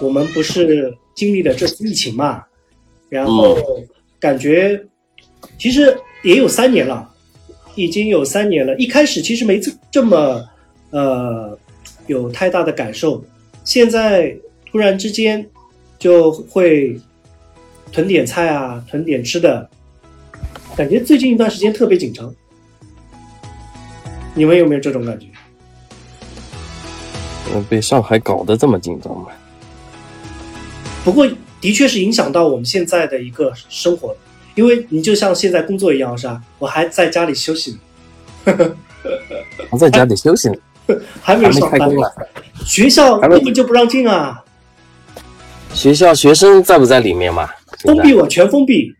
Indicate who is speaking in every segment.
Speaker 1: 我们不是经历了这次疫情嘛，然后感觉其实也有三年了，已经有三年了。一开始其实没这这么呃有太大的感受，现在突然之间就会囤点菜啊，囤点吃的，感觉最近一段时间特别紧张。你们有没有这种感觉？
Speaker 2: 我被上海搞得这么紧张吗？
Speaker 1: 不过的确是影响到我们现在的一个生活了，因为你就像现在工作一样，是吧？我还在家里休息呢，
Speaker 2: 我在家里休息呢，
Speaker 1: 还没
Speaker 2: 还没
Speaker 1: 上
Speaker 2: 开
Speaker 1: 班
Speaker 2: 工
Speaker 1: 呢，
Speaker 2: 呢。
Speaker 1: 学校
Speaker 2: 还没
Speaker 1: 根本就不让进啊，
Speaker 2: 学校学生在不在里面嘛？现
Speaker 1: 封
Speaker 2: 在
Speaker 1: 闭我全封闭，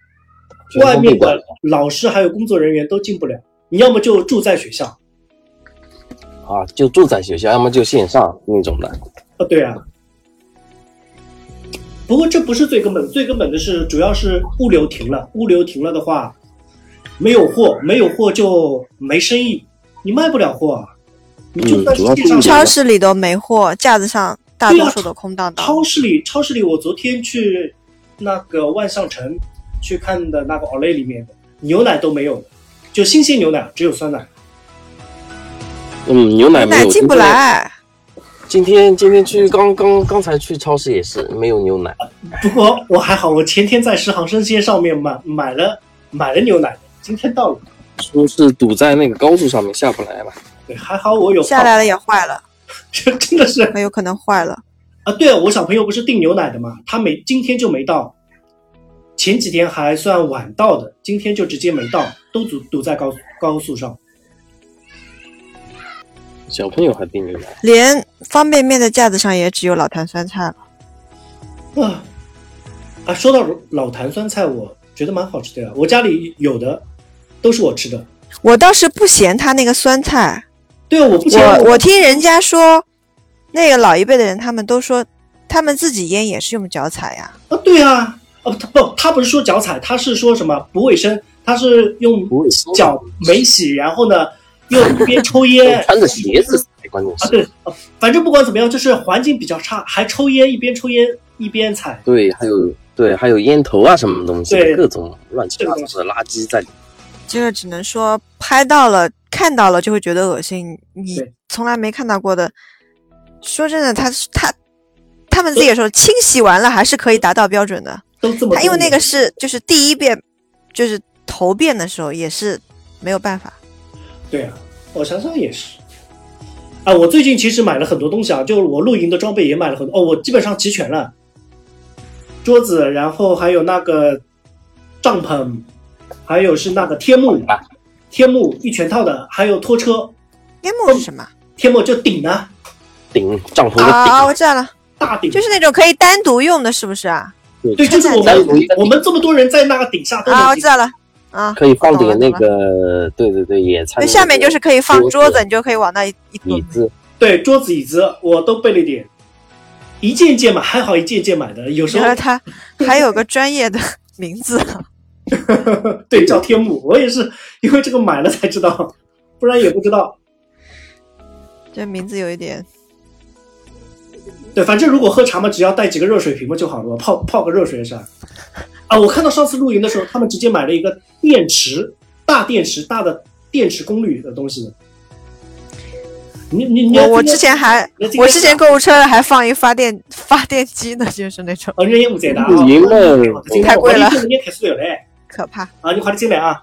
Speaker 2: 全
Speaker 1: 外
Speaker 2: 封闭
Speaker 1: 面
Speaker 2: 管
Speaker 1: 的老师还有工作人员都进不了。你要么就住在学校，
Speaker 2: 啊，就住在学校，要么就线上那种的。
Speaker 1: 啊，对啊。不过这不是最根本，最根本的是主要是物流停了。物流停了的话，没有货，没有货就没生意，你卖不了货啊。你就
Speaker 2: 嗯
Speaker 1: 算是
Speaker 2: 主要
Speaker 1: 线上
Speaker 2: 物流
Speaker 1: 买
Speaker 2: 啊
Speaker 3: 超市里都没货，架子上大多数都空荡荡。
Speaker 1: 超市里，超市里，我昨天去那个万象城去看的那个 Olay 里面，牛奶都没有，就新鲜牛奶，只有酸奶。
Speaker 2: 嗯，牛奶
Speaker 3: 牛
Speaker 2: 没
Speaker 3: 奶
Speaker 2: 有
Speaker 3: 进不。来，
Speaker 2: 今天今天去刚刚刚才去超市也是没有牛奶。
Speaker 1: 不过我还好，我前天在十行生鲜上面买买了买了牛奶，今天到了。
Speaker 2: 说是堵在那个高速上面下不来嘛。
Speaker 1: 对，还好我有
Speaker 3: 下来了也坏了，
Speaker 1: 这 真的是
Speaker 3: 很有可能坏了。
Speaker 1: 啊！对啊，我小朋友不是订牛奶的嘛，他没今天就没到，前几天还算晚到的，今天就直接没到，都堵堵在高高速上。
Speaker 2: 小朋友还订牛奶，
Speaker 3: 连方便面的架子上也只有老坛酸菜了。
Speaker 1: 啊，啊，说到老坛酸菜，我觉得蛮好吃的呀。我家里有的都是我吃的。
Speaker 3: 我倒是不嫌它那个酸菜，
Speaker 1: 对啊，我不嫌
Speaker 3: 我我听人家说，那个老一辈的人他们都说，他们自己腌也是用脚踩呀。
Speaker 1: 啊，对啊，啊他不，他不是说脚踩，他是说什么不卫生，他是用
Speaker 2: 不卫生
Speaker 1: 脚没洗，然后 呢又一边抽烟
Speaker 2: 穿着鞋子踩，关键
Speaker 1: 啊，
Speaker 2: 是。
Speaker 1: 对，啊反正不管怎么样，就是环境比较差，还抽烟，一边抽烟一边踩。
Speaker 2: 对，还有对，还有烟头啊，什么东西
Speaker 1: 对，
Speaker 2: 各种乱七八糟的垃圾在里面。
Speaker 3: 这个只能说拍到了、看到了就会觉得恶心，你
Speaker 1: 对
Speaker 3: 从来没看到过的。说真的，他是他他们自己也说，清洗完了还是可以达到标准的。
Speaker 1: 都这么多
Speaker 3: 他因为那个
Speaker 1: 年
Speaker 3: 是就是第一遍，就是头遍的时候也是没有办法。
Speaker 1: 对啊，我想想也是。啊，我最近其实买了很多东西啊，就是我露营的装备也买了很多哦，我基本上齐全了，桌子，然后还有那个帐篷，还有是那个天幕，天幕一全套的，还有拖车，
Speaker 3: 烟幕是什么
Speaker 1: 天幕就顶啊，
Speaker 2: 顶帐篷
Speaker 3: 啊？
Speaker 2: 的
Speaker 3: 我知道了，
Speaker 1: 大顶，
Speaker 3: 就是那种可以单独用的，是不是啊？
Speaker 2: 顶，
Speaker 1: 对，就是我
Speaker 2: 在
Speaker 1: 们
Speaker 2: 在顶
Speaker 1: 我们这么多人在那个顶下都
Speaker 3: 啊，
Speaker 1: 能
Speaker 3: 我知
Speaker 1: 进，
Speaker 3: 道了，啊，
Speaker 2: 可以放点那
Speaker 3: 懂了。
Speaker 2: 个，对对对，野餐
Speaker 3: 那
Speaker 2: 的那个。
Speaker 3: 下面就是可以放
Speaker 2: 桌
Speaker 3: 桌
Speaker 2: 子
Speaker 3: 子，你就可以往那一一坐
Speaker 2: 椅。子，
Speaker 1: 对，桌子椅子我都备了点，一件一件买，还好一件一件买的，有时
Speaker 3: 然
Speaker 1: 候
Speaker 3: 后它还有个专业的 名字。
Speaker 1: 对，叫天幕。我也是因为这个买了才知道，不然也不知道。
Speaker 3: 这名字有一点，
Speaker 1: 对，反正如果喝茶嘛，只要带几个热水瓶嘛就好了，泡泡个热水啥。啊，我看到上次露营的时候，他们直接买了一个电池，大电池，大的电池功率的东西。你你你
Speaker 3: 我
Speaker 1: 要
Speaker 3: 我
Speaker 1: 今天
Speaker 3: 之前还
Speaker 1: 你要今天
Speaker 3: 我之前购物车还放一发电发电机呢，就是那种
Speaker 1: 呃，人也不在的啊，
Speaker 2: 露营嘛
Speaker 3: 太贵了
Speaker 1: 我今天开始有嘞。
Speaker 3: 可怕。
Speaker 1: 啊，你快点进来啊！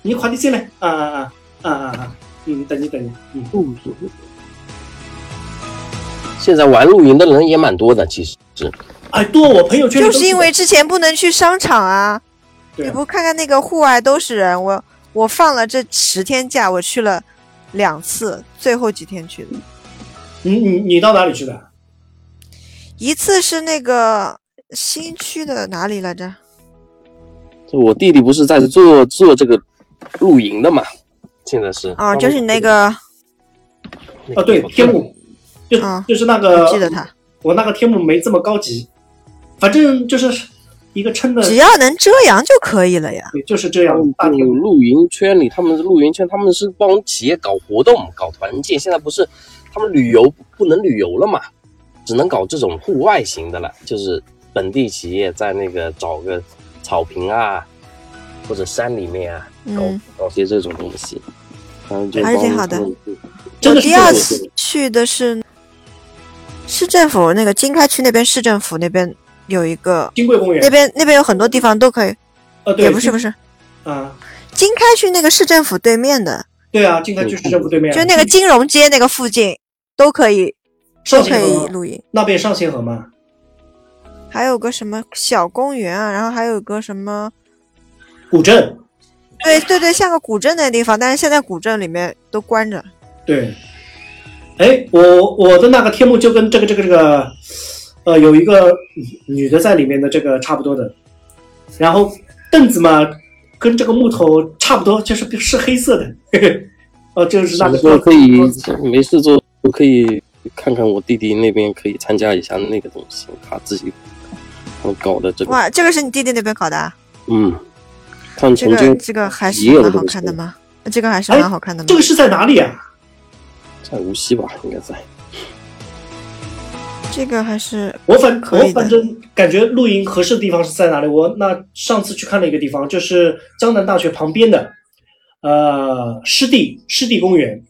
Speaker 1: 你快点进来啊啊啊啊啊啊！嗯，等你等你，嗯，
Speaker 2: 现在玩露营的人也蛮多的，其实是
Speaker 1: 哎，多我朋友圈里
Speaker 3: 就
Speaker 1: 都
Speaker 3: 是因为之前不能去商场啊，
Speaker 1: 对
Speaker 3: 你
Speaker 1: 啊
Speaker 3: 不看看那个户外都是人，我我放了这十天假，我去了两次，最后几天去的，
Speaker 1: 你你你到哪里去的？
Speaker 3: 一次是那个新区的哪里来着？
Speaker 2: 就我弟弟不是在做做这个露营的嘛，现在是
Speaker 3: 啊，就是你那个，
Speaker 1: 啊，对，天幕，就、
Speaker 3: 啊
Speaker 1: 就是那
Speaker 3: 我
Speaker 1: 个，
Speaker 3: 记得他，
Speaker 1: 我那个天幕没这么高级，反正就是一个撑的，
Speaker 3: 只要能遮阳就可以了呀。
Speaker 1: 对就是这样大
Speaker 2: 嗯
Speaker 1: 天幕。
Speaker 2: 露营圈里，他们露营圈，他们是帮企业搞活动、搞团建。现在不是他们旅游不能旅游了嘛？只能搞这种户外型的了，就是本地企业在那个找个草坪啊，或者山里面
Speaker 1: 哦
Speaker 2: 啊，搞、
Speaker 3: 嗯
Speaker 2: 搞些这种东西，反正就
Speaker 3: 还是挺好的
Speaker 2: 帮助。
Speaker 1: 真
Speaker 3: 我
Speaker 1: 的是
Speaker 3: 第二
Speaker 1: 这种
Speaker 3: 次去的是市政府那个经开区那边，市政府那边有一个，
Speaker 1: 金桂公园
Speaker 3: 那边那边有很多地方都可以，
Speaker 1: 呃，对，
Speaker 3: 也不是不是，
Speaker 1: 啊，
Speaker 3: 经开区那个市政府对面的，
Speaker 1: 对啊，
Speaker 2: 嗯
Speaker 1: 金开区市政府对面，
Speaker 3: 就那个金融街那个附近都可以都
Speaker 1: 上
Speaker 3: 可
Speaker 1: 县
Speaker 3: 以
Speaker 1: 河
Speaker 3: 露营，
Speaker 1: 那边上县河嘛，
Speaker 3: 还有个什么小公园啊，然后还有个什么。
Speaker 1: 古镇，
Speaker 3: 对对对，像个古镇的地方，但是现在古镇里面都关着。
Speaker 1: 对，哎，我我的那个天幕就跟这个这个这个，呃，有一个女的在里面的这个差不多的，然后凳子嘛，跟这个木头差不多，就是是黑色的， 嘿嘿，哦，就是那
Speaker 2: 什
Speaker 1: 个
Speaker 2: 么时候可以没事做，可以看看我弟弟那边可以参加一下那个东西，他自己他们搞的这个，
Speaker 3: 哇，这个是你弟弟那边搞的、啊？
Speaker 2: 嗯，他们
Speaker 3: 这
Speaker 2: 曾
Speaker 3: 个
Speaker 2: 经
Speaker 3: 这个还是
Speaker 2: 也有
Speaker 3: 蛮
Speaker 2: 这
Speaker 3: 好
Speaker 2: 个
Speaker 3: 看
Speaker 2: 事
Speaker 3: 的吗？这个还是
Speaker 1: 哎
Speaker 3: 蛮好看的吗？
Speaker 1: 这个是在哪里啊？
Speaker 2: 在无锡吧，应该在。
Speaker 3: 这个还是
Speaker 1: 我反
Speaker 3: 可
Speaker 1: 我
Speaker 3: 以的
Speaker 1: 反正感觉露营合适的地方是在哪里？我那上次去看了一个地方，就是江南大学旁边的，呃，湿地湿地公园，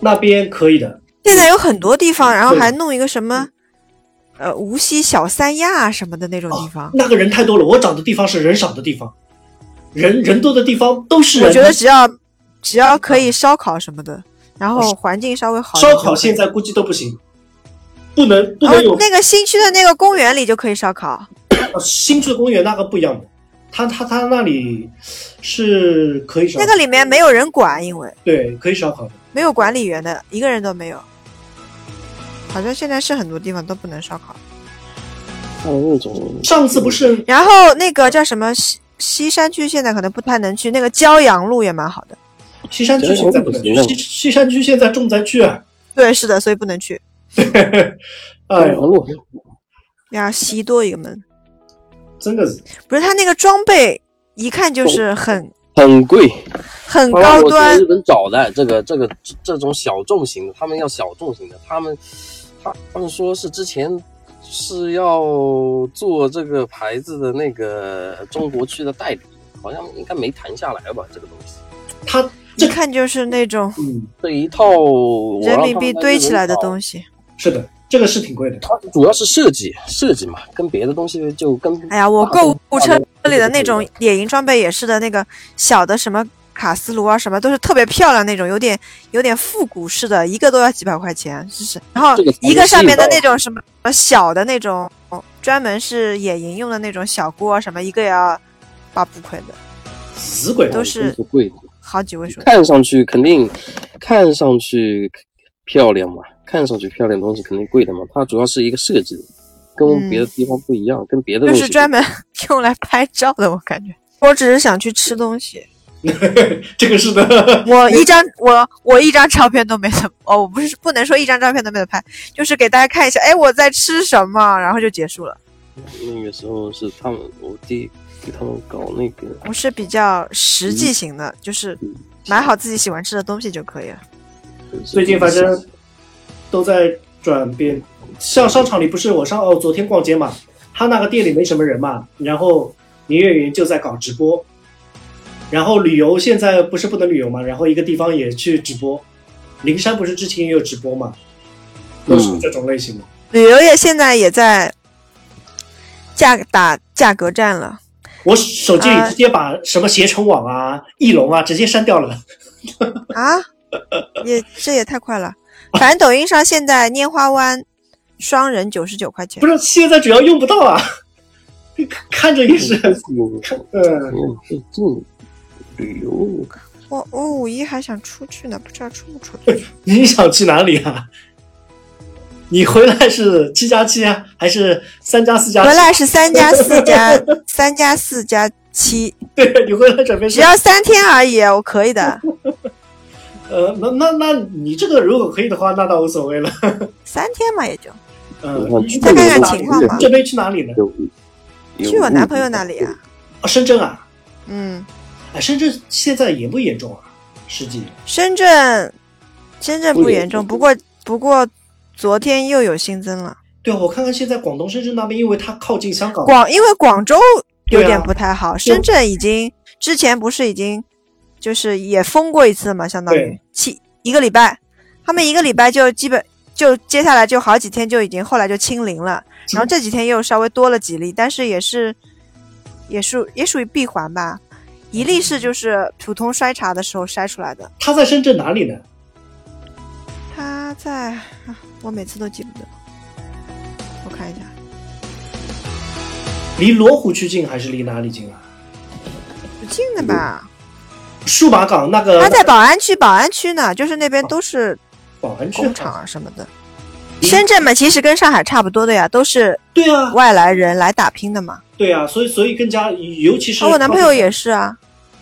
Speaker 1: 那边可以的。
Speaker 3: 现在有很多地方，然后
Speaker 1: 对
Speaker 3: 还弄一个什么，呃，无锡小三亚啊什么的那种地方。
Speaker 1: 那个人太多了，我找的地方是人少的地方，人人多的地方都是人。啊
Speaker 3: 我觉得只要只要可以烧烤什么的，然后环境稍微好一点
Speaker 1: 哦烧
Speaker 3: 就可以。
Speaker 1: 烤现在估计都不行，不能不
Speaker 3: 哦
Speaker 1: 能有、
Speaker 3: 那个新区的那个公园里就可以烧烤。
Speaker 1: 新竹公园那个不一样的，他他他那里是可以烧
Speaker 3: 那个里面没有人管，因为
Speaker 1: 对可以烧烤的。
Speaker 3: 没有管理员的，一个人都没有。好像现在是很多地方都不能烧烤。
Speaker 2: 还有那种
Speaker 1: 上次不是
Speaker 3: 然后那个叫什么西西山区，现在可能不太能去。那个骄阳路也蛮好的，
Speaker 1: 西山区现在不能去，西西山区现在重灾区啊！
Speaker 3: 对，是的，所以不能去。
Speaker 1: 哎
Speaker 2: 黄
Speaker 1: 呦，
Speaker 2: 路，
Speaker 3: 要西多一个门，
Speaker 1: 真的是
Speaker 3: 不是他那个装备一看就是很
Speaker 2: 很贵，
Speaker 3: 很
Speaker 2: 后来
Speaker 3: 高
Speaker 2: 我在
Speaker 3: 端
Speaker 2: 日，本找的这个这个这这种小众型的，他们要小众型的，他们他他们说是之前是要做这个牌子的那个中国区的代理，好像应该没谈下来吧，这个东西。
Speaker 1: 他
Speaker 3: 一看就是那种
Speaker 1: 嗯
Speaker 2: 这一套我
Speaker 3: 人民币堆起来的
Speaker 2: 西，
Speaker 3: 东西。
Speaker 1: 是的，这个是挺贵的。
Speaker 2: 它主要是设计设计嘛，跟别的东西就跟
Speaker 3: 哎呀，我
Speaker 2: 大众
Speaker 3: 购物车
Speaker 2: 大众
Speaker 3: 里的那种野营装备也是的，那个小的什么卡斯炉啊，什么都是特别漂亮那种，有点有点复古式的，一个都要几百块钱，就是。然后
Speaker 2: 这个才能
Speaker 3: 一个上面的
Speaker 2: 吸
Speaker 3: 那
Speaker 2: 引
Speaker 3: 种什么小的那种，专门是野营用的那种小锅，啊什么一个也要八不块的，
Speaker 1: 死鬼
Speaker 3: 都是
Speaker 2: 不贵的。
Speaker 3: 好几位数。
Speaker 2: 看上去肯定，看上去漂亮嘛，看上去漂亮的东西肯定贵的嘛。它主要是一个设计，跟别的地方不一样，跟别的
Speaker 3: 就
Speaker 2: 东西
Speaker 3: 是专门 用来拍照的，我感觉。我只是想去吃东西，
Speaker 1: 这个是 的，
Speaker 3: 我一张我我一张照片都没怎么哦，我不是不能说一张照片都没怎么拍，就是给大家看一下，哎，我在吃什么，然后就结束了。
Speaker 2: 那个时候是他们，我弟给他们搞那个
Speaker 3: 我是比较实际型的，就是买好自己喜欢吃的东西就可以了。
Speaker 1: 最近反正都在转变。像商场里不是我上哦，昨天逛街嘛，他那个店里没什么人嘛，然后营业员就在搞直播，然后旅游现在不是不能旅游嘛，然后一个地方也去直播，灵山不是之前也有直播嘛，都是这种类型的。
Speaker 3: 旅游业现在也在价打价格战 了，
Speaker 1: 我手机里
Speaker 3: 啊
Speaker 1: 直接把什么携程网啊、翼龙啊直接删掉了。
Speaker 3: 啊，也这也太快了。反正抖音上现在拈花湾双人九十九块钱
Speaker 1: 不，是，现在主要用不到啊， 看着也 是，嗯，
Speaker 2: 最近旅游
Speaker 3: 我我哦五一还想出去呢，不知道出不出得去。
Speaker 1: 你想去哪里啊？你回来是七加七啊，还是三加四加？
Speaker 3: 回来是三加四加三加四加七，
Speaker 1: 对，你回来准备
Speaker 3: 只
Speaker 1: 是
Speaker 3: 要三天而已，我可以的。
Speaker 1: 呃，那那那你这个如果可以的话，那倒无所谓了。
Speaker 3: 三天嘛也就。
Speaker 1: 嗯，
Speaker 2: 我
Speaker 1: 你
Speaker 2: 再
Speaker 1: 准备去
Speaker 3: 看看
Speaker 1: 哪里
Speaker 3: 情况吧
Speaker 1: 准备去哪里呢？
Speaker 2: 有有
Speaker 3: 去我男朋友那里啊，
Speaker 1: 啊，深圳啊，
Speaker 3: 嗯，
Speaker 1: 哎，深圳现在严不严重啊？实际
Speaker 3: 深圳，深圳不严重，不过不过昨天又有新增了。
Speaker 1: 对啊，我看看现在广东深圳那边，因为它靠近香港，
Speaker 3: 广因为广州有
Speaker 1: 对啊
Speaker 3: 点不太好，深圳已经之前不是已经就是也封过一次嘛，相当于
Speaker 1: 对
Speaker 3: 七一个礼拜，他们一个礼拜就基本就接下来就好几天就已经后来就清零了，然后这几天又稍微多了几例，但是也是也属也属于闭环吧。一例是就是普通筛查的时候筛出来的，
Speaker 1: 它在深圳哪里呢？
Speaker 3: 他在，啊我每次都记不得，我看一下，
Speaker 1: 离罗湖区近还是离哪里近啊？
Speaker 3: 不近的吧？
Speaker 1: 数码港那个
Speaker 3: 他在宝安区，宝安区呢，就是那
Speaker 1: 哦
Speaker 3: 边都是
Speaker 1: 宝安区
Speaker 3: 工厂啊什么的。深圳嘛，其实跟上海差不多的呀，都是
Speaker 1: 对啊，
Speaker 3: 外来人来打拼的嘛。
Speaker 1: 对啊，所以所以更加，尤其是
Speaker 3: 啊我男朋友也是啊，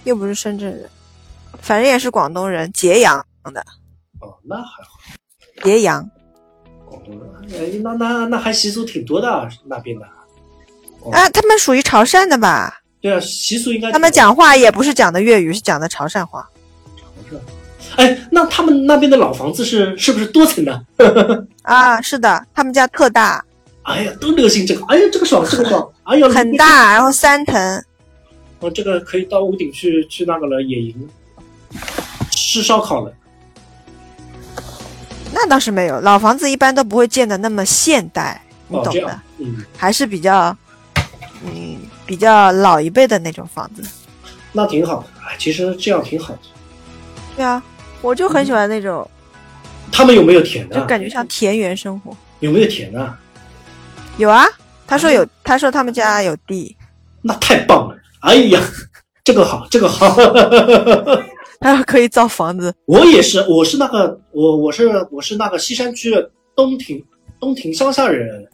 Speaker 3: 又不是深圳人，反正也是广东人，揭阳的，
Speaker 1: 哦，那还好，
Speaker 3: 揭阳。
Speaker 1: 广东人，哎那那那还习俗挺多的啊那边的，哦
Speaker 3: 啊，他们属于潮汕的吧？
Speaker 1: 对啊，习俗应该
Speaker 3: 他们讲话也不是讲的粤语，是讲的潮汕话。
Speaker 1: 是吧哎，那他们那边的老房子是是不是多层的？
Speaker 3: 啊，是的，他们家特大，
Speaker 1: 哎呀，都流行这个，哎呀，这个爽，这个爽，哎呀，
Speaker 3: 很大，然后三层。
Speaker 1: 哦，这个可以到屋顶去去那个了，野营，吃烧烤了。
Speaker 3: 那倒是没有，老房子一般都不会建的那么现代，你
Speaker 1: 哦，
Speaker 3: 懂
Speaker 1: 这
Speaker 3: 的
Speaker 1: 样，，嗯，
Speaker 3: 还是比较，嗯，比较老一辈的那种房子。
Speaker 1: 那挺好的。哎，其实这样挺好的。
Speaker 3: 对啊，我就很喜欢那种，
Speaker 1: 他们有没有田的
Speaker 3: 就
Speaker 1: 啊？
Speaker 3: 感觉像田园生活。
Speaker 1: 有没有田啊？
Speaker 3: 有啊，他说有，他说他们家有地，
Speaker 1: 那太棒了！哎呀，这个好，这个好。
Speaker 3: 他说可以造房子。
Speaker 1: 我也是，我是那个，我我是我是那个西山区的东亭东亭乡下人，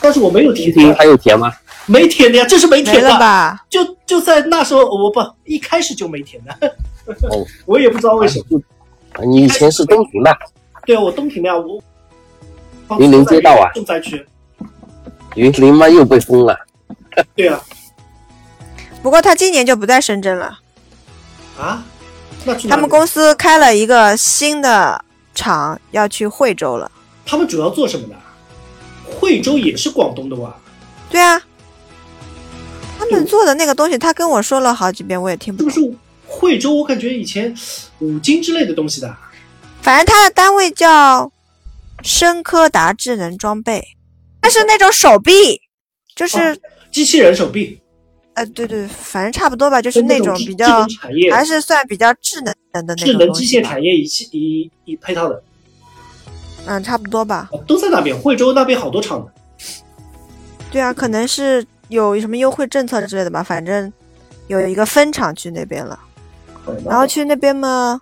Speaker 1: 但是我没有
Speaker 2: 听
Speaker 1: 田
Speaker 2: 听
Speaker 1: 的，
Speaker 2: 还有田吗？
Speaker 1: 没田的呀，这是没
Speaker 3: 没
Speaker 1: 田
Speaker 3: 了
Speaker 1: 的，
Speaker 3: 吧？
Speaker 1: 就就在那时候，我不一开始就没田的，
Speaker 2: 哦，
Speaker 1: 我也不知道为什么。
Speaker 2: 啊你以前是东平的，
Speaker 1: 对啊我东亭的呀，我
Speaker 2: 林林街道啊
Speaker 1: 重灾区，
Speaker 2: 云林嘛又被封了。
Speaker 1: 对啊，
Speaker 3: 不过他今年就不在深圳了，
Speaker 1: 啊，那去哪
Speaker 3: 他
Speaker 1: 里
Speaker 3: 们公司开了一个新的厂，要去惠州了。
Speaker 1: 他们主要做什么的？惠州也是广东的哇，
Speaker 3: 对啊，他们做的那个东西，他跟我说了好几遍，我也听
Speaker 1: 是
Speaker 3: 不
Speaker 1: 不
Speaker 3: 懂。
Speaker 1: 是？惠州我感觉以前五金之类的东西的啊，
Speaker 3: 反正他的单位叫深科达智能装备，但是那种手臂，就是、
Speaker 1: 哦机器人手臂，
Speaker 3: 呃，对对，反正差不多吧，就是
Speaker 1: 跟
Speaker 3: 那
Speaker 1: 种
Speaker 3: 种
Speaker 1: 智
Speaker 3: 比
Speaker 1: 智
Speaker 3: 较
Speaker 1: 能产业
Speaker 3: 还是算比较智能的那
Speaker 1: 智
Speaker 3: 种
Speaker 1: 能
Speaker 3: 东
Speaker 1: 机
Speaker 3: 西
Speaker 1: 械
Speaker 3: 吧。
Speaker 1: 产业一系一一配套的，呃
Speaker 3: 嗯，差不多吧。
Speaker 1: 都在那边。惠州那边好多厂的，
Speaker 3: 对啊，可能是有什么优惠政策之类的吧，反正有一个分厂去那边了。
Speaker 1: 呃
Speaker 3: 然后去那边嘛，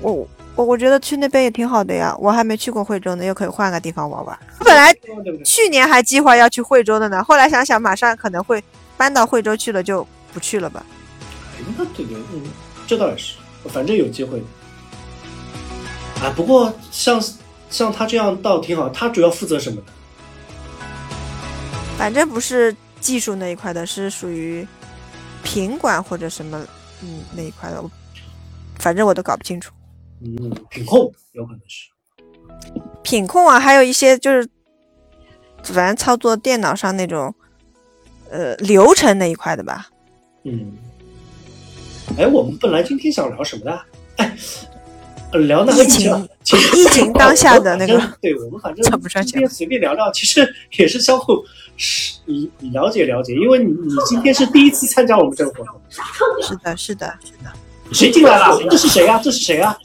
Speaker 3: 我我我觉得去那边也挺好的呀，我还没去过惠州呢，又可以换个地方玩玩。我本来
Speaker 1: 对不对？
Speaker 3: 去年还计划要去惠州的呢，后来想想马上可能会搬到惠州去了，就不去了吧。
Speaker 1: 那这个嗯，这倒也是，反正有机会。啊，不过像像他这样倒挺好，他主要负责什么呢？
Speaker 3: 反正不是技术那一块的，是属于品管或者什么嗯那一块的，我反正我都搞不清楚。
Speaker 1: 嗯，品控有可能是。
Speaker 3: 品控啊，还有一些就是，反正操作电脑上那种，呃，流程那一块的吧。
Speaker 1: 嗯，哎，我们本来今天想聊什么的？哎，呃聊那个
Speaker 3: 疫情
Speaker 1: 其实
Speaker 3: 疫情当下的那个
Speaker 1: 我们反正对我们反正
Speaker 3: 怎么赚钱
Speaker 1: 今天随便聊聊，其实也是相互是你你了解了解，因为你你今天是第一次参加我们这个活动，
Speaker 3: 是的，是的，是的。
Speaker 1: 谁进来了？这是谁啊呀、这是谁呀、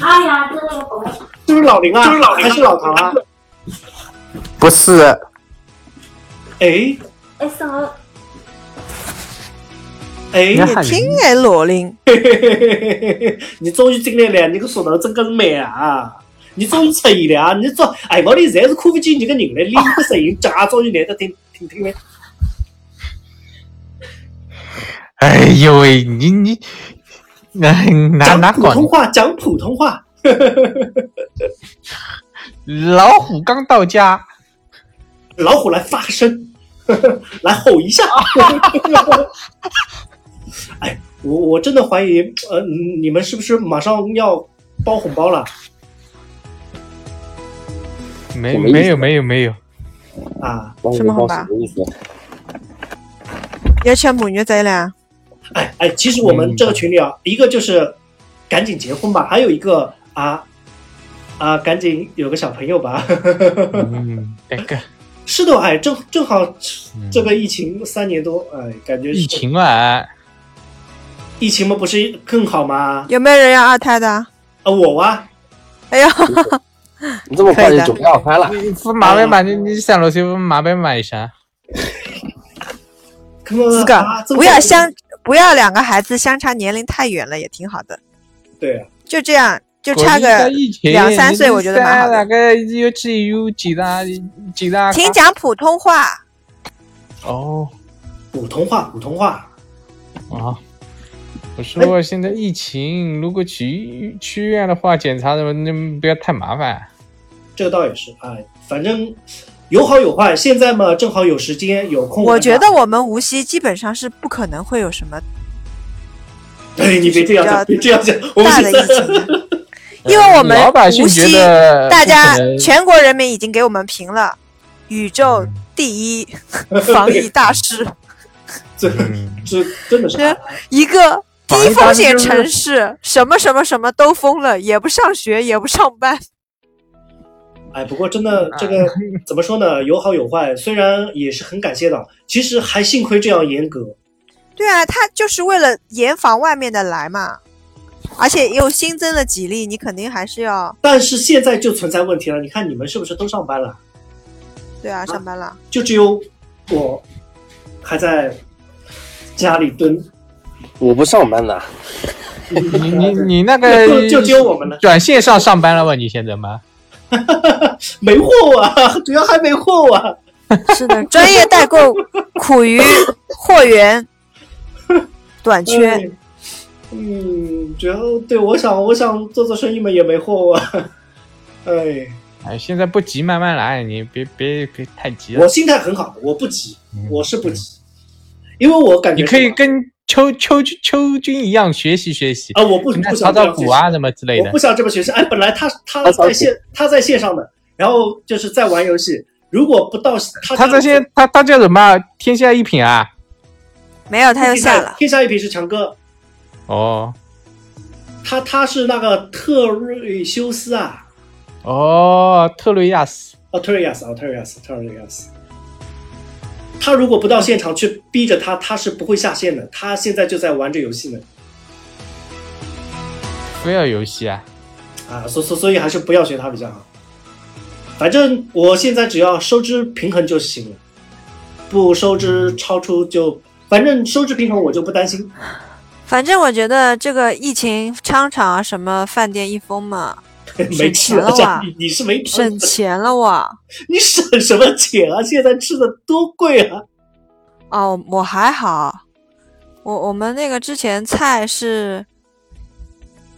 Speaker 4: 哎呀，这个红
Speaker 1: 这是老林啊？这是老林还是老唐啊？
Speaker 5: 不是，
Speaker 1: 哎
Speaker 4: S O
Speaker 1: 哎
Speaker 5: 你，
Speaker 3: 你
Speaker 5: 喊
Speaker 3: 听哎，罗琳，
Speaker 1: 你终于进来了，你个舌头真个是美啊！你终于出现了啊！你这哎，我里侪是看不见你个人了，你一个声音假终于来得听听听了。
Speaker 5: 哎呦喂，你你，哎哪
Speaker 1: 讲
Speaker 5: 哪
Speaker 1: 普
Speaker 5: 搞
Speaker 1: 通话，讲普通话。
Speaker 5: 老虎刚到家，
Speaker 1: 老虎来发声， 来吼一下。 哎，我我真的怀疑，呃，你们是不是马上要包红包了？
Speaker 5: 没
Speaker 2: 什么意思
Speaker 5: 没有没有没有，
Speaker 1: 啊！
Speaker 2: 帮我
Speaker 3: 什么
Speaker 2: 报
Speaker 3: 好吧
Speaker 2: 什么意思？
Speaker 3: 也全部女贼了，
Speaker 1: 哎哎，其实我们这个群里啊，一个就是赶紧结婚吧，还有一个啊啊，赶紧有个小朋友吧。
Speaker 5: 嗯，那个
Speaker 1: 是的，哎，正正好
Speaker 5: 嗯
Speaker 1: 这个疫情三年多，哎，感觉是
Speaker 5: 疫情嘛，
Speaker 1: 疫情嘛，不是更好吗？
Speaker 3: 有没有人要二胎的？
Speaker 1: 啊，我啊，
Speaker 3: 哎呀，
Speaker 2: 你这么快
Speaker 3: 可
Speaker 2: 就
Speaker 3: 以的
Speaker 2: 准备要开了？
Speaker 5: 你不马白买，你你上楼去马白买啥？
Speaker 1: 可能
Speaker 3: 自个儿
Speaker 1: 啊、
Speaker 3: 不要相，不要两个孩子相差年龄太远了，也挺好的。
Speaker 1: 对啊，
Speaker 3: 就这样，就差个两三岁，我觉得蛮好
Speaker 5: 那
Speaker 3: 的。
Speaker 5: 个有只有几大几大？
Speaker 3: 请讲普通话，
Speaker 5: 哦
Speaker 1: 普通话，普通话，
Speaker 5: 啊！我说现在疫情，如果去医去医院的话，检查什么那不要太麻烦。
Speaker 1: 这倒也是，哎，反正有好有坏。现在嘛，正好有时间有空，
Speaker 3: 我觉得我们无锡基本上是不可能会有什么
Speaker 1: 哎，你别这样讲，别这样讲，我们
Speaker 3: 大的
Speaker 1: 现
Speaker 3: 疫
Speaker 1: 在
Speaker 3: 情的，因为我们
Speaker 5: 老百姓
Speaker 3: 无
Speaker 5: 觉
Speaker 3: 锡
Speaker 5: 得
Speaker 3: 大家
Speaker 5: 不可能嗯
Speaker 3: 全国人民已经给我们评了宇宙第一防疫大师，
Speaker 1: 这
Speaker 5: 嗯
Speaker 1: 这真的 是
Speaker 3: 这一个
Speaker 5: 防疫
Speaker 3: 低
Speaker 5: 大
Speaker 3: 风
Speaker 5: 师
Speaker 3: 险
Speaker 5: 就是
Speaker 3: 城市，什么什么什么都封了，也不上学，也不上班。
Speaker 1: 哎，不过真
Speaker 5: 嗯
Speaker 1: 的这个
Speaker 5: 啊
Speaker 1: 怎么说呢？有好有坏，虽然也是很感谢的，其实还幸亏这样严格。
Speaker 3: 对啊，他就是为了严防外面的来嘛，而且又新增了几例，你肯定还是要
Speaker 1: 但是现在就存在问题了，你看你们是不是都上班了？
Speaker 3: 对啊，上班了。
Speaker 1: 就只有我还在家里蹲，
Speaker 2: 我不上班的，
Speaker 5: 你你你那
Speaker 1: 就
Speaker 5: 个
Speaker 1: 啊就只有我们了，
Speaker 5: 转线上上班了吧？你现在吗？
Speaker 1: 没货啊，主要还没货啊。
Speaker 3: 是 的，专业代购苦于货 源短缺。
Speaker 1: 嗯嗯，主要对我想我想做做生意嘛，也没货啊。哎，
Speaker 5: 哎，现在不急，慢慢来，你别别别太急了
Speaker 1: 我。心态很好，我不急，
Speaker 5: 嗯
Speaker 1: 我是不急，因为我感觉
Speaker 5: 你可以
Speaker 1: 什么
Speaker 5: 跟邱邱邱军一样学习学习，
Speaker 1: 啊，我不
Speaker 5: 跟他
Speaker 1: 不
Speaker 5: 炒
Speaker 1: 想
Speaker 5: 炒股啊什么之类
Speaker 1: 我
Speaker 5: 的
Speaker 1: 不。想这么学生。哎，本来他他
Speaker 2: 他炒
Speaker 1: 在线他在线上的，然后就是在玩游戏。如果不到他
Speaker 5: 他
Speaker 1: 家
Speaker 5: 这些他他叫什么啊？天下一品啊？
Speaker 3: 没有，他又
Speaker 1: 天
Speaker 3: 下
Speaker 1: 下
Speaker 3: 了。
Speaker 1: 天下一品是强哥，
Speaker 5: 哦
Speaker 1: 他他是那个特瑞修斯啊，
Speaker 5: 哦，特瑞亚斯。
Speaker 1: 哦特瑞亚斯，哦特瑞亚斯，特瑞亚斯。他如果不到现场去逼着他，他是不会下线的。他现在就在玩这游戏呢，
Speaker 5: 非要游戏啊？
Speaker 1: 啊，所所所以还是不要学他比较好。反正我现在只要收支平衡就行了，不收
Speaker 3: 嗯
Speaker 1: 支超出就，反正收支平衡我就不担心。
Speaker 3: 啊反正我觉得这个疫情商场啊，什么饭店一 封嘛，
Speaker 1: 没吃了
Speaker 3: 省钱了
Speaker 1: 这
Speaker 3: 哇
Speaker 1: 你你是没吃，
Speaker 3: 省钱了哇！
Speaker 1: 你省什么钱啊？现在吃的多贵啊！
Speaker 3: 哦，我还好，我我们那个之前菜是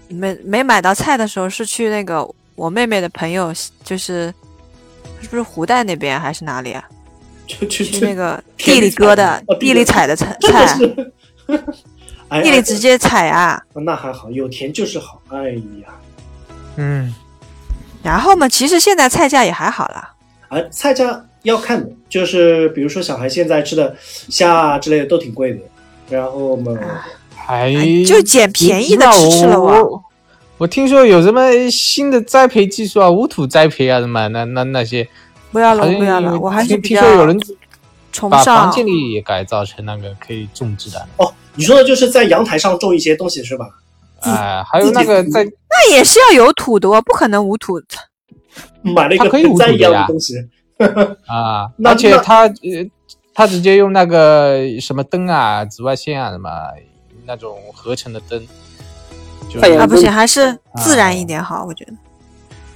Speaker 3: 没没买到菜的时候，是去那个我妹妹的朋友，就是是不是湖带那边还是哪里啊？
Speaker 1: 就就
Speaker 3: 去
Speaker 1: 就
Speaker 3: 那个
Speaker 1: 田
Speaker 3: 地
Speaker 1: 里
Speaker 3: 里割的
Speaker 1: 采的哦，地里
Speaker 3: 地里采的菜
Speaker 1: 真的
Speaker 3: 菜，
Speaker 1: 是，哎
Speaker 3: 地里直接采啊。
Speaker 1: 那还好，有田就是好。哎呀，
Speaker 5: 嗯，
Speaker 3: 然后嘛，其实现在菜价也还好啦。
Speaker 1: 啊，菜价要看的，就是比如说小孩现在吃的虾啊之类的都挺贵的，然后嘛，
Speaker 3: 啊
Speaker 5: 还
Speaker 3: 哎就捡便宜的吃吃了啊哇
Speaker 5: 哇！我我听说有什么新的栽培技术啊，无土栽培啊什么那那那些，
Speaker 3: 不要
Speaker 5: 好
Speaker 3: 了，
Speaker 5: 像
Speaker 3: 不要了，
Speaker 5: 有
Speaker 3: 我还是
Speaker 5: 哎听
Speaker 3: 比
Speaker 5: 听
Speaker 3: 较
Speaker 5: 说有人
Speaker 3: 崇
Speaker 5: 把
Speaker 3: 尚
Speaker 5: 房间里也改造成那个可以种植的，
Speaker 1: 哦，你说的就是在阳台上种一些东西是吧？
Speaker 5: 啊、还有那个
Speaker 1: 自己
Speaker 5: 在
Speaker 3: 那也是要有土的哦，不可能无土。
Speaker 1: 买了一个
Speaker 5: 它可以
Speaker 1: 盆栽一样
Speaker 5: 无土的
Speaker 1: 的
Speaker 5: 呀
Speaker 1: 东西，
Speaker 5: 啊，
Speaker 1: 那
Speaker 5: 而且
Speaker 1: 那
Speaker 5: 他呃，他直接用那个什么灯啊、紫外线啊什么那种合成的灯，就
Speaker 2: 太阳
Speaker 3: 啊，
Speaker 2: 能
Speaker 3: 不行，还是自然一点好，我觉得。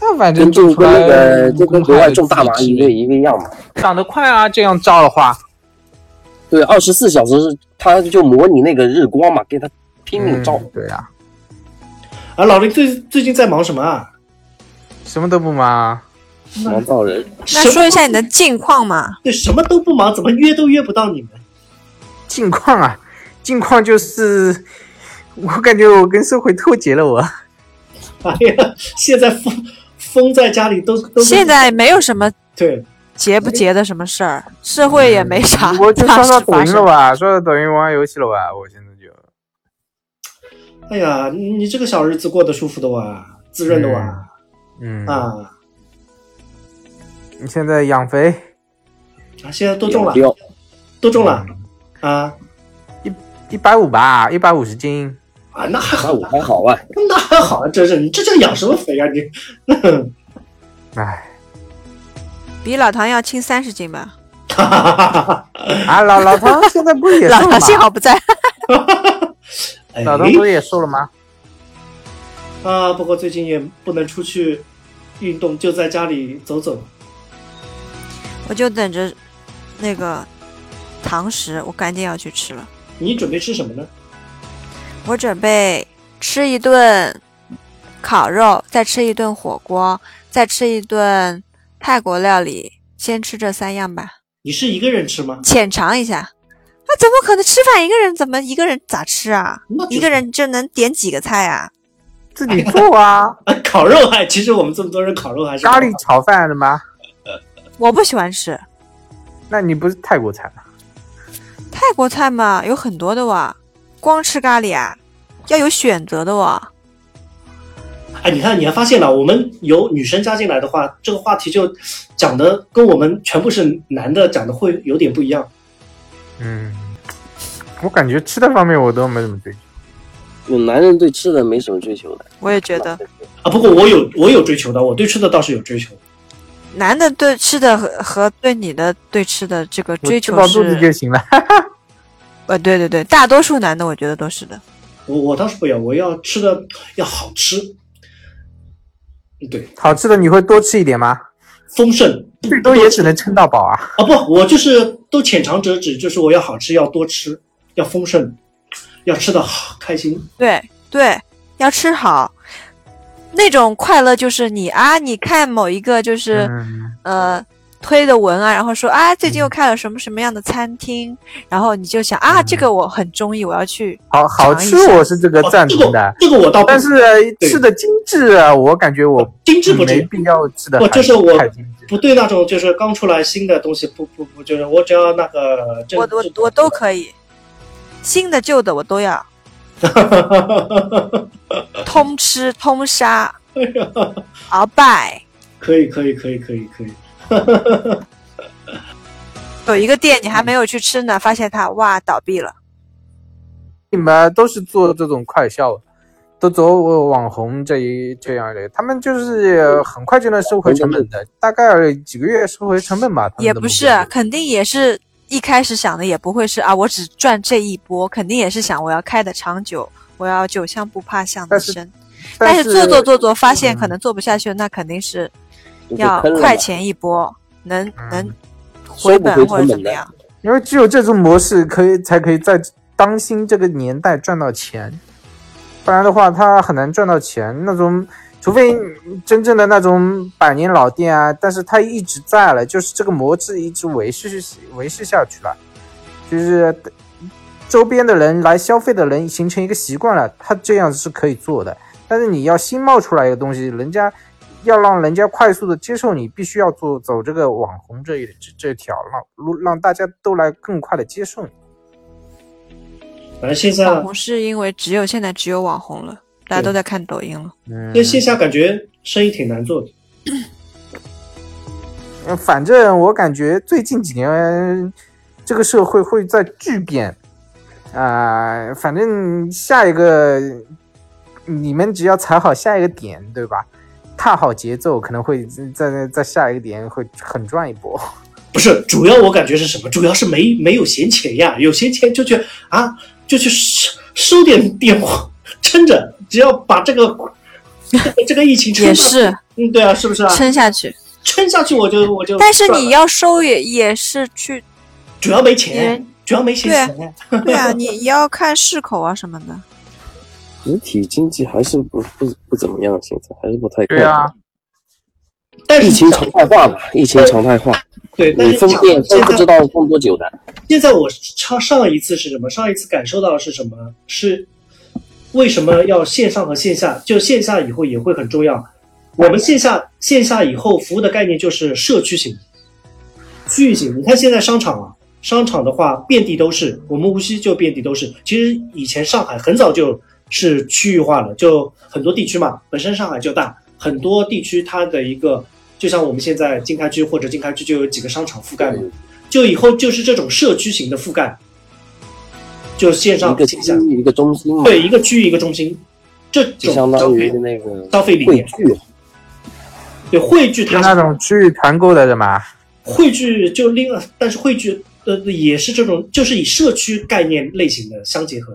Speaker 5: 那反正
Speaker 2: 跟种
Speaker 5: 种出
Speaker 2: 跟那
Speaker 5: 来
Speaker 2: 个就跟国外种大麻一个一个样嘛。
Speaker 5: 长得快啊，这样照的话，
Speaker 2: 对，二十四小时它就模拟那个日光嘛，给它拼命照。
Speaker 5: 嗯对啊，
Speaker 1: 啊，老林最最近在忙什么啊？
Speaker 5: 什么都不忙，
Speaker 2: 忙造人。
Speaker 3: 那
Speaker 1: 什么
Speaker 3: 说一下你的近况嘛，
Speaker 1: 对什么都不忙，怎么约都约不到你们？
Speaker 5: 近况啊，近况就是。我感觉我跟社会脱节了我，
Speaker 1: 哎呀，现在父封在家里都都
Speaker 3: 现在没有什么
Speaker 1: 对
Speaker 3: 结不结的什么事儿，社会
Speaker 5: 嗯
Speaker 3: 也没啥
Speaker 5: 我就
Speaker 3: 大
Speaker 5: 刷刷
Speaker 3: 事
Speaker 5: 抖
Speaker 3: 发
Speaker 5: 音了
Speaker 3: 生。
Speaker 5: 吧，刷刷抖音玩玩游戏了吧，我现在就
Speaker 1: 哎呀，你你这个小日子过得舒服的哇，滋润的哇、
Speaker 5: 嗯，
Speaker 1: 啊
Speaker 5: 你现在养肥
Speaker 1: 啊！现在都中了，
Speaker 2: 有
Speaker 1: 都中了啊
Speaker 5: 一百五吧，一百五十斤，
Speaker 1: 啊！那还
Speaker 2: 那
Speaker 1: 好，
Speaker 2: 我还好啊，
Speaker 1: 那还好，真是你这叫养什么肥啊 你？
Speaker 5: 哎，
Speaker 3: 比老唐要轻三十斤吧？
Speaker 1: 哈哈哈哈
Speaker 5: 啊老老唐现在不是也瘦
Speaker 3: 老
Speaker 5: 了
Speaker 3: 唐幸
Speaker 5: 吗？
Speaker 3: 好不在。
Speaker 1: 哎
Speaker 5: 老唐不是也瘦了吗？
Speaker 1: 啊，不过最近也不能出去运动，就在家里走走。
Speaker 3: 我就等着那个堂食，我赶紧要去吃了。
Speaker 1: 你准备吃什么呢？
Speaker 3: 我准备吃一顿烤肉，再吃一顿火锅，再吃一顿泰国料理，先吃这三样吧，
Speaker 1: 你是一个人吃吗？
Speaker 3: 浅尝一下。啊，怎么可能？吃饭一个人怎么一个人咋吃啊？
Speaker 1: 那就
Speaker 3: 一个人就能点几个菜啊？
Speaker 5: 自己做 啊，
Speaker 1: 烤肉还，其实我们这么多人烤肉还是
Speaker 5: 咖喱炒饭的吗？
Speaker 3: 我不喜欢吃
Speaker 5: 那你不是泰国菜吗？
Speaker 3: 泰国菜嘛，有很多的哇，光吃咖喱啊，要有选择的哇。
Speaker 1: 哎，你看，你还发现了，我们有女生加进来的话，这个话题就讲的跟我们全部是男的讲的会有点不一样。
Speaker 5: 嗯，我感觉吃的方面我都没怎么追求。
Speaker 2: 有男人对吃的没什么追求的，
Speaker 3: 我也觉得
Speaker 1: 啊，不过我有我有追求的，我对吃的倒是有追求。
Speaker 3: 男的对吃的和和对你的对吃的这个
Speaker 5: 我
Speaker 3: 追
Speaker 5: 吃
Speaker 3: 求，
Speaker 5: 饱肚子就是行了。
Speaker 3: 呃，对对对，大多数男的我觉得都是的。
Speaker 1: 我我倒是不要，我要吃的要好吃，对，
Speaker 5: 好吃的你会多吃一点 吗？
Speaker 1: 丰盛
Speaker 5: 最多也只能撑到饱啊。
Speaker 1: 啊！不，我就是都浅尝辄止，就是我要好吃，要多吃，要丰盛，要吃的好开心。
Speaker 3: 对对，要吃好，那种快乐就是你啊，你看某一个就是、
Speaker 5: 嗯，
Speaker 3: 呃推的文啊，然后说啊，最近又看了什么什么样的餐厅，然后你就想啊，这个我很中意，我要去。
Speaker 5: 好好吃我是这个
Speaker 1: 哦
Speaker 5: 赞
Speaker 1: 这
Speaker 5: 同
Speaker 1: 个
Speaker 5: 的，
Speaker 1: 这个我倒不
Speaker 5: 但是吃的精致啊，我感觉我
Speaker 1: 哦精致不至
Speaker 5: 没
Speaker 1: 于，
Speaker 5: 必要吃的
Speaker 1: 不就是我
Speaker 5: 太精致。
Speaker 1: 不对那种就是刚出来新的东西不不不，就是我只要那个正
Speaker 3: 我我我都可以，新的旧的我都要，通吃通杀，鳌拜。
Speaker 1: 可以 可以可以可以可以，
Speaker 3: 有一个店你还没有去吃呢，发现它哇倒闭了，
Speaker 5: 你们都是做这种快销，都走网红这一这样的，他们就是很快就能收回成本的，大概几个月收回成本吧。他们
Speaker 3: 也
Speaker 5: 的
Speaker 3: 不
Speaker 5: 目
Speaker 3: 是
Speaker 5: 标，
Speaker 3: 肯定也是一开始想的也不会是啊，我只赚这一波，肯定也是想我要开的长久，我要久向不怕巷子
Speaker 5: 但是
Speaker 3: 深。
Speaker 5: 但
Speaker 3: 是做做做做，发现
Speaker 5: 嗯
Speaker 3: 可能做不下去，那肯定是
Speaker 2: 就是
Speaker 3: 要
Speaker 2: 坑了
Speaker 3: 快
Speaker 2: 嘛
Speaker 3: 钱一波，能
Speaker 5: 嗯
Speaker 3: 能回本
Speaker 2: 收不回
Speaker 3: 或
Speaker 2: 成
Speaker 3: 者怎
Speaker 2: 本
Speaker 3: 么
Speaker 2: 的
Speaker 3: 样。
Speaker 5: 因为只有这种模式可以才可以在当今这个年代赚到钱，不然的话他很难赚到钱。那种除非真正的那种百年老店啊，但是它一直在了，就是这个模式一直维续维续下去了，就是周边的人来消费的人形成一个习惯了，他这样是可以做的。但是你要新冒出来一个东西，人家要让人家快速的接受你，必须要做走这个网红这一这这条路，让让大家都来更快的接受你。
Speaker 1: 反正线下
Speaker 3: 网红是因为只有现在只有网红了，大家
Speaker 1: 啊对
Speaker 3: 都在看抖音了。
Speaker 5: 嗯
Speaker 1: 那线下感觉生意挺难做的。
Speaker 5: 呃反正我感觉最近几年这个社会会在巨变，啊、反正下一个你们只要踩好下一个点，对吧？踏好节奏，可能会在在下一个点会很赚一波。
Speaker 1: 不是，主要我感觉是什么？主要是没没有闲钱呀，有闲钱就去啊，就去收收点点货， 撑着，只要把这个这个疫情撑
Speaker 3: 也
Speaker 1: 下去
Speaker 3: 是
Speaker 1: 嗯，对啊，是不是啊？
Speaker 3: 撑下去，
Speaker 1: 撑下去我就我就赚了，
Speaker 3: 但是你要收也也是去，
Speaker 1: 主要没钱，主要没闲
Speaker 3: 对
Speaker 1: 钱，
Speaker 3: 对啊，你也要看市口啊什么的。
Speaker 2: 实体经济还是不不不怎么样，现在还是不太
Speaker 5: 对啊，
Speaker 1: 但是
Speaker 2: 疫情常态化嘛，疫情常态化，
Speaker 1: 对，但
Speaker 2: 你
Speaker 1: 是
Speaker 2: 封
Speaker 1: 讲
Speaker 2: 店封
Speaker 1: 现
Speaker 2: 不知
Speaker 1: 在
Speaker 2: 道封多久的，
Speaker 1: 现在我上上一次是什么？上一次感受到的是什么？是为什么要线上和线下？就线下以后也会很重要，我们线下线下以后服务的概念就是社区型、区域型。你看现在商场啊，商场的话遍地都是，我们无锡就遍地都是。其实以前上海很早就是区域化了，就很多地区嘛，本身上海就大，很多地区它的一个，就像我们现在经开区或者经开区就有几个商场覆盖嘛，就以后就是这种社区型的覆盖，就线上
Speaker 2: 一个
Speaker 1: 线下，
Speaker 2: 区域一个中心嘛，
Speaker 1: 对，一个区域一个中心，这种
Speaker 2: 就相
Speaker 1: 消
Speaker 2: 当于
Speaker 1: 费
Speaker 2: 那个
Speaker 1: 消费理
Speaker 2: 汇
Speaker 1: 念，
Speaker 2: 聚，
Speaker 1: 对汇聚
Speaker 5: 就
Speaker 1: 它
Speaker 5: 那种区域团购的人嘛，
Speaker 1: 汇聚就另外，但是汇聚呃也是这种，就是以社区概念类型的相结合。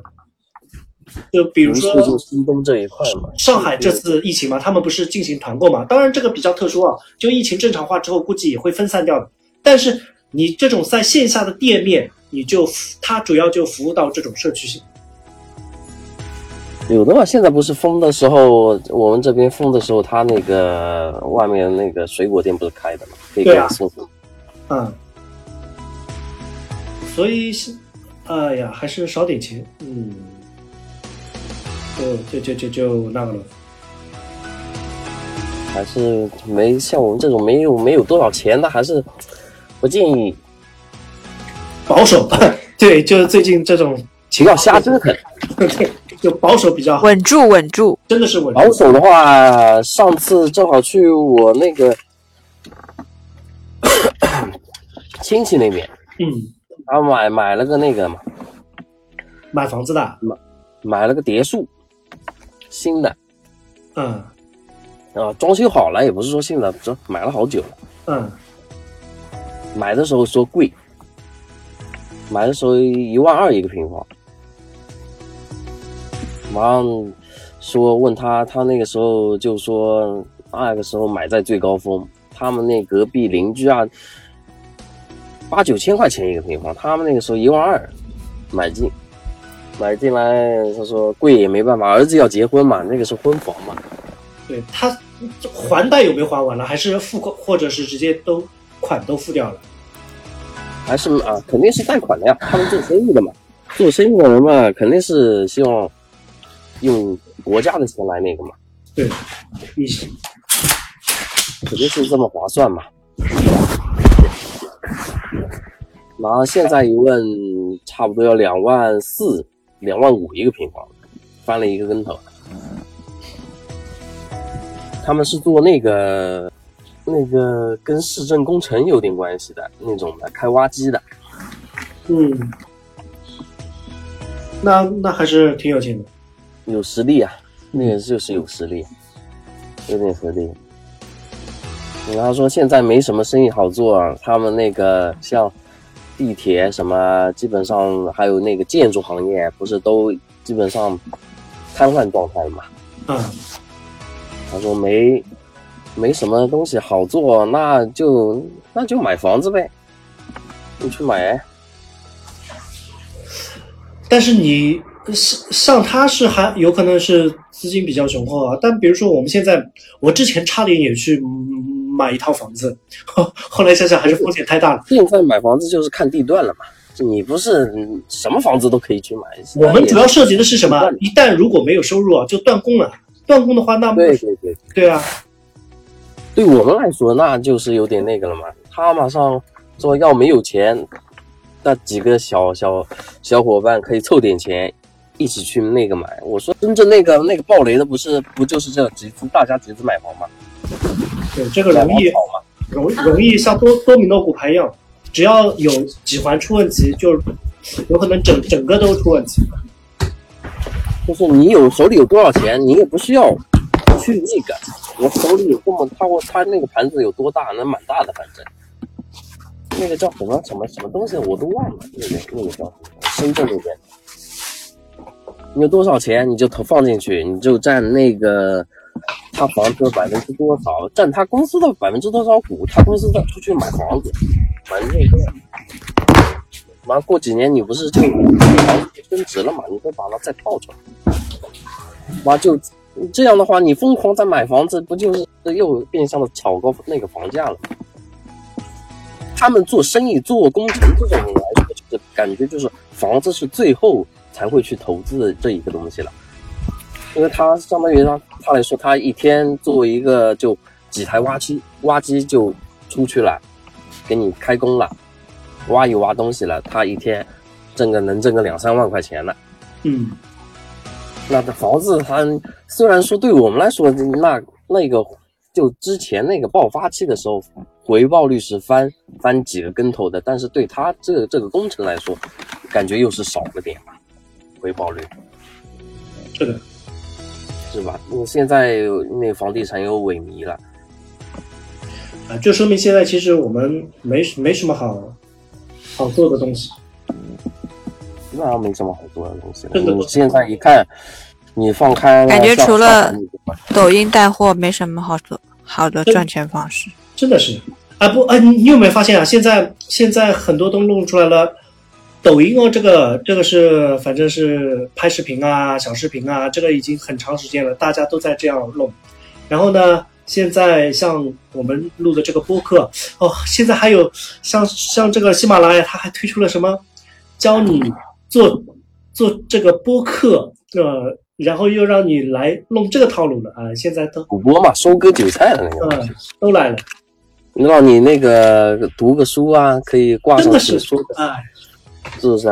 Speaker 1: 就比如
Speaker 2: 尤其就
Speaker 1: 说
Speaker 2: 新东这一块嘛，
Speaker 1: 上海这次疫情嘛，他们不是进行团购嘛？当然这个比较特殊啊，就疫情正常化之后，估计也会分散掉的。但是你这种在线下的店面，你就它主要就服务到这种社区型。
Speaker 2: 有的嘛，现在不是封的时候，我们这边封的时候，他那个外面那个水果店不是开的嘛，可以给
Speaker 1: 对啊
Speaker 2: 你送货。
Speaker 1: 嗯，所以是，哎呀，还是少点钱，嗯，就就就就就那个了，
Speaker 2: 还是没像我们这种没有没有多少钱的，还是不建议
Speaker 1: 保守， 对，就是最近这种
Speaker 2: 不要瞎折腾。
Speaker 1: 就保守比较好，
Speaker 3: 稳住，稳住。
Speaker 1: 真的是稳
Speaker 2: 保守的话，上次正好去我那个 亲戚那边，
Speaker 1: 嗯，
Speaker 2: 他买买了个那个嘛，
Speaker 1: 买房子的，
Speaker 2: 买了个别墅，新的
Speaker 1: 嗯
Speaker 2: 啊，装修好了，也不是说新的，这买了好久了。
Speaker 1: 嗯
Speaker 2: 买的时候说贵，买的时候一万二一个平方，马上说问他，他那个时候就说啊那个时候买在最高峰，他们那隔壁邻居啊，八九千块钱一个平方，他们那个时候一万二买进，买进来他说贵也没办法，儿子要结婚嘛，那个是婚房嘛，
Speaker 1: 对他这还贷有没有还完了？还是付款，或者是直接都款都付掉了？
Speaker 2: 还是啊，肯定是贷款的呀。他们做生意的嘛，做生意的人嘛，肯定是希望用国家的钱来那个嘛，
Speaker 1: 对，你
Speaker 2: 肯定是这么划算嘛。然后现在一问，差不多要两万四、两万五一个平方，翻了一个跟头。他们是做那个、那个跟市政工程有点关系的那种的，开挖机的。
Speaker 1: 嗯，那那还是挺有钱的，
Speaker 2: 有实力啊，那个就是有实力，有点实力。然后说现在没什么生意好做，啊他们那个像地铁什么，基本上还有那个建筑行业，不是都基本上瘫痪状态嘛？
Speaker 1: 嗯
Speaker 2: 他说没没什么东西好做，那就那就买房子呗，就去买。
Speaker 1: 但是你像像他是还有可能是资金比较雄厚啊，但比如说我们现在，我之前差点也去嗯买一套房子， 后后来想想还是风险太大了。
Speaker 2: 现在买房子就是看地段了嘛，你不是嗯什么房子都可以去买。
Speaker 1: 我们主要涉及的
Speaker 2: 是
Speaker 1: 是什么？一旦如果没有收入啊，就断供了。断供的话，那
Speaker 2: 对对对。
Speaker 1: 对啊，
Speaker 2: 对我们来说，那就是有点那个了嘛。他马上说要没有钱，那几个小小小伙伴可以凑点钱，一起去那个买。我说真正那个那个暴雷的，不是不就是这集资，大家集资买房嘛，
Speaker 1: 对这个
Speaker 2: 买
Speaker 1: 容
Speaker 2: 房
Speaker 1: 易
Speaker 2: 好嘛。
Speaker 1: 容容易像多多米诺骨牌一样，只要有几环出问题，就有可能整整个都出问题。
Speaker 2: 就是你有手里有多少钱，你也不需要去那个。我手里有这么，他他那个盘子有多大？那蛮大的，反正那个叫什么什么什么东西，我都忘了。那个那个叫什么？深圳那边，你有多少钱你就投放进去，你就占那个他房子的百分之多少，占他公司的百分之多少股，他公司的出去买房子，买那个。完过几年你不是就房子升值了嘛？你再把它再套出来。妈就这样的话，你疯狂在买房子，不就是又变相的炒高那个房价了吗？他们做生意、做工程这种人来说，就是感觉就是房子是最后才会去投资的这一个东西了。因为他相当于他他来说，他一天做一个就几台挖机，挖机就出去了，给你开工了，挖一挖东西了，他一天挣个能挣个两三万块钱了。
Speaker 1: 嗯，
Speaker 2: 那这房子它虽然说对我们来说，那那个就之前那个爆发期的时候，回报率是翻翻几个跟头的，但是对他这这个工程来说，感觉又是少了点吧，回报率
Speaker 1: 是的，
Speaker 2: 是吧？嗯，现在那个房地产又萎靡了，
Speaker 1: 啊，就说明现在其实我们没没什么好好做的东西。
Speaker 2: 那没什么好多的东西了。
Speaker 1: 是的
Speaker 2: 你现在一看，你放开
Speaker 3: 感觉
Speaker 2: 像
Speaker 3: 除
Speaker 2: 上
Speaker 3: 了
Speaker 2: 海那个
Speaker 3: 抖音带货没什么好做好
Speaker 2: 嗯
Speaker 3: 的赚钱方式。
Speaker 1: 真的是啊不啊，你你有没有发现啊？现在现在很多都弄出来了，抖音哦，这个这个是反正是拍视频啊、小视频啊，这个已经很长时间了，大家都在这样弄。然后呢，现在像我们录的这个播客哦，现在还有像像这个喜马拉雅，它还推出了什么教你做做这个播客，呃，然后又让你来弄这个套路的啊，现在都
Speaker 2: 主播嘛，收割韭菜的那个东西。
Speaker 1: 嗯都来了，
Speaker 2: 让你那个读个书啊，可以挂
Speaker 1: 真
Speaker 2: 上
Speaker 1: 的
Speaker 2: 去
Speaker 1: 是
Speaker 2: 说
Speaker 1: 哎。
Speaker 2: 是不是？